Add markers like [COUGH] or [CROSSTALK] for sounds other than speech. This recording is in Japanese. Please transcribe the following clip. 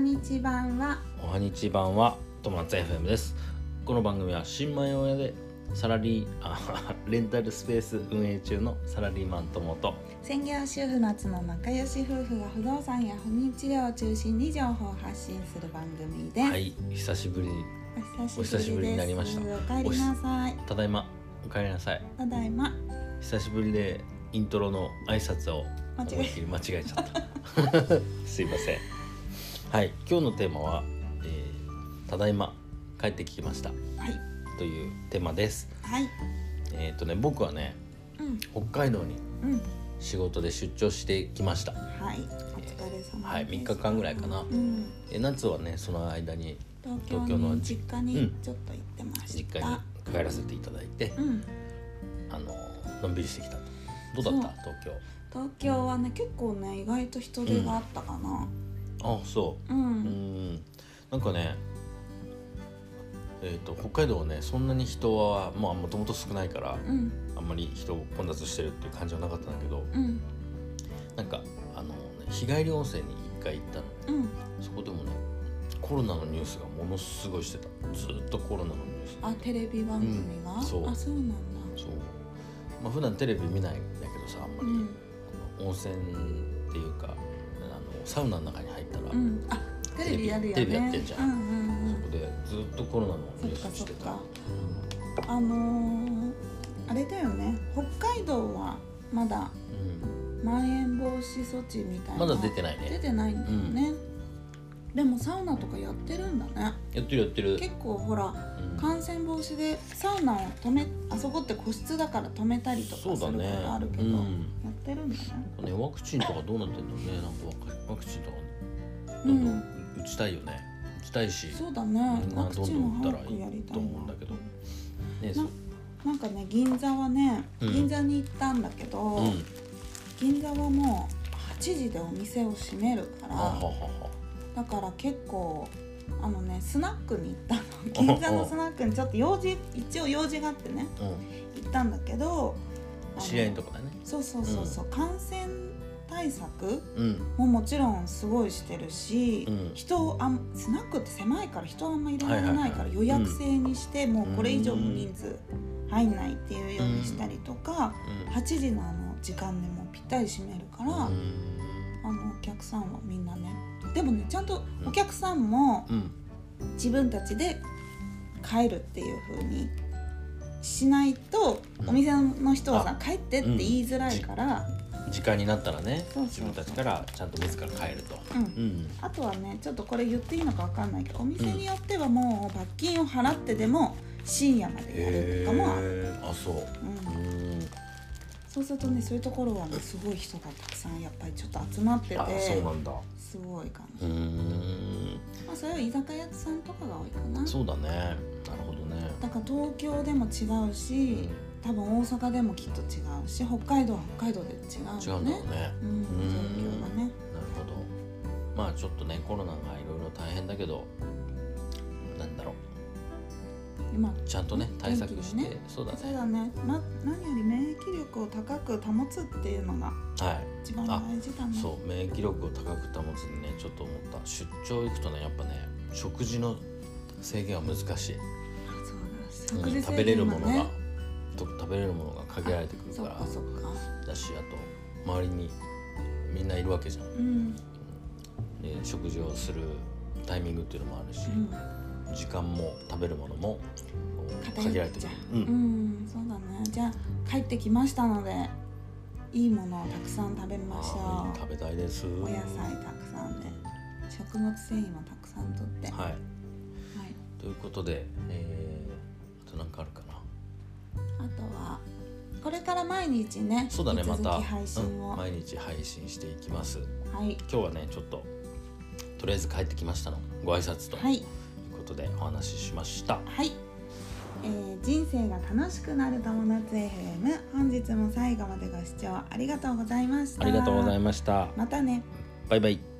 日版はおはにちばんはトマツ FM ですこの番組は新米親でサラリーあ [LAUGHS] レンタルスペース運営中のサラリーマン友と専業主婦の妻仲良し夫婦が不動産や不妊治療を中心に情報を発信する番組です、はい久しぶりお久しぶりですお久しぶりになりましたおかえりなさいただいまお帰りなさいただいま久しぶりでイントロの挨拶を間違思いっえきり間違えちゃったすいませんはい今日のテーマは、えーただいま帰ってきましたはいというテーマですはいえっ、とね僕はねうん北海道にうん仕事で出張してきましたはいお疲れ様です、はい3日間ぐらいかなうんえ夏はねその間に東京の実家にちょっと行ってました、実家に帰らせていただいてうんあののんびりしてきたとどうだった東東京はね結構ね意外と人手があったかな京あそうううんんなんかねえー、と北海道はねそんなに人はまあもともと少ないからうんあんまり人混雑してるっていう感じはなかったんだけどうんなんかあの、ね、日帰り温泉に一回行ったのうんそこでもねコロナのニュースがものすごいしてたずーっとコロナのニュースあテレビ番組が、うんそうあそうなんだそうまあ普段テレビ見ないんだけどさあんまうり、ん、あの温泉っていうかあのサウナの中に入ったら、うこん、あテレビやるよねテレビやってんじゃんうんうんうんこでずっとコロナのそニュっーかスそしってたかあのー、あれだよね北海道はまだうんまん延防止措置みたいなまだ出てない出ねてないんだよね、でもサウナとかやってるんだねやってるやってる、結構ほらうん感染防止でサウナを止めあそこって個室だから止めたりとかすそるうこだねとあるけど、うんやってるんだねねワクチンとかどうなってんだろうねなんかワクワクチンとかうどんどんん打ちたいよね打ちたいし、そうだねみんなワクチンもどんどん早打ったらくやりたいなと思うんだけどねなそなんかね銀座はね、うん銀座に行ったんだけど、ううん銀座はもう8時でお店を閉めるからはははだから結構あのねスナックに行 [LAUGHS] ったの銀座のスナックにちょっと用事一応用事があってねは、行ったんだけどうん、知り合いのととこだねそうそうそうそう、感染対策うんももちろんすごいしてるし、うん人をあんスナックって狭いから人あんま入れられはいはないいはいから予約制にして、もうこれ以上の人数入んないっていうようにしたりとか、8時のあの時間でもうぴったり閉めるから、うんあのお客さんはみんなねでもねちゃんとお客さんもうんうん自分たちで帰るっていう風にしないとうんお店の人はさあ帰ってって言いづらいから、時間になったらねそう自そうそう分たちからちゃんと自ら帰ると、うんうん、あとはねちょっとこれ言っていいのかわかんないけどお店によってはもう罰金を払ってでも深夜までやるとかもある、えあそううんうんそうするとねそういうところはねすごい人がたくさんやっぱりちょっと集まっててあそうなんだすごい感うじ、んまあ、それは居酒屋さんとかが多いかなそうだねなるほどねだから東京でも違ううんし、多分大阪でもきっと違うし北海道は北海道で違うのね違うんだろううん状況ねうーんがねなるほどまあちょっとねコロナがいろいろ大変だけどなんだろ今うちゃんとね対策して、元気にねそうだそうねだね、ま、何より免疫力を高く保つっていうのがはい一番大事だねそう免疫力を高く保つにねちょっと思った出張行くとねやっぱね食事の制限は難しいそうだう食ん事食べれるものが、制限はねと食べれるものが限られてくるそかっらかそっかだしあと周りにみんないるわけじゃん、うんで食事をするタイミングっていうのもあるしう、ん時間も食べるものもこう限偏られっててくちるゃ、うううんんそうだねじゃあ帰ってきましたのでいいものをたくさん食べましょあー食べたいですうお野菜たくさんで食物繊維もたくさんとってははいいということで、えー、あと何かあるかなあとはこれから毎日ねそうだね引まき続たき配信うを、ん毎日配信していきますはい今日はねちょっととりあえず帰ってきましたのご挨拶とはいいうことでお話ししましたはい、えー人生が楽しくなる友達 FM 本日も最後までご視聴ありがとうございましたありがとうございましたまたねバイバイ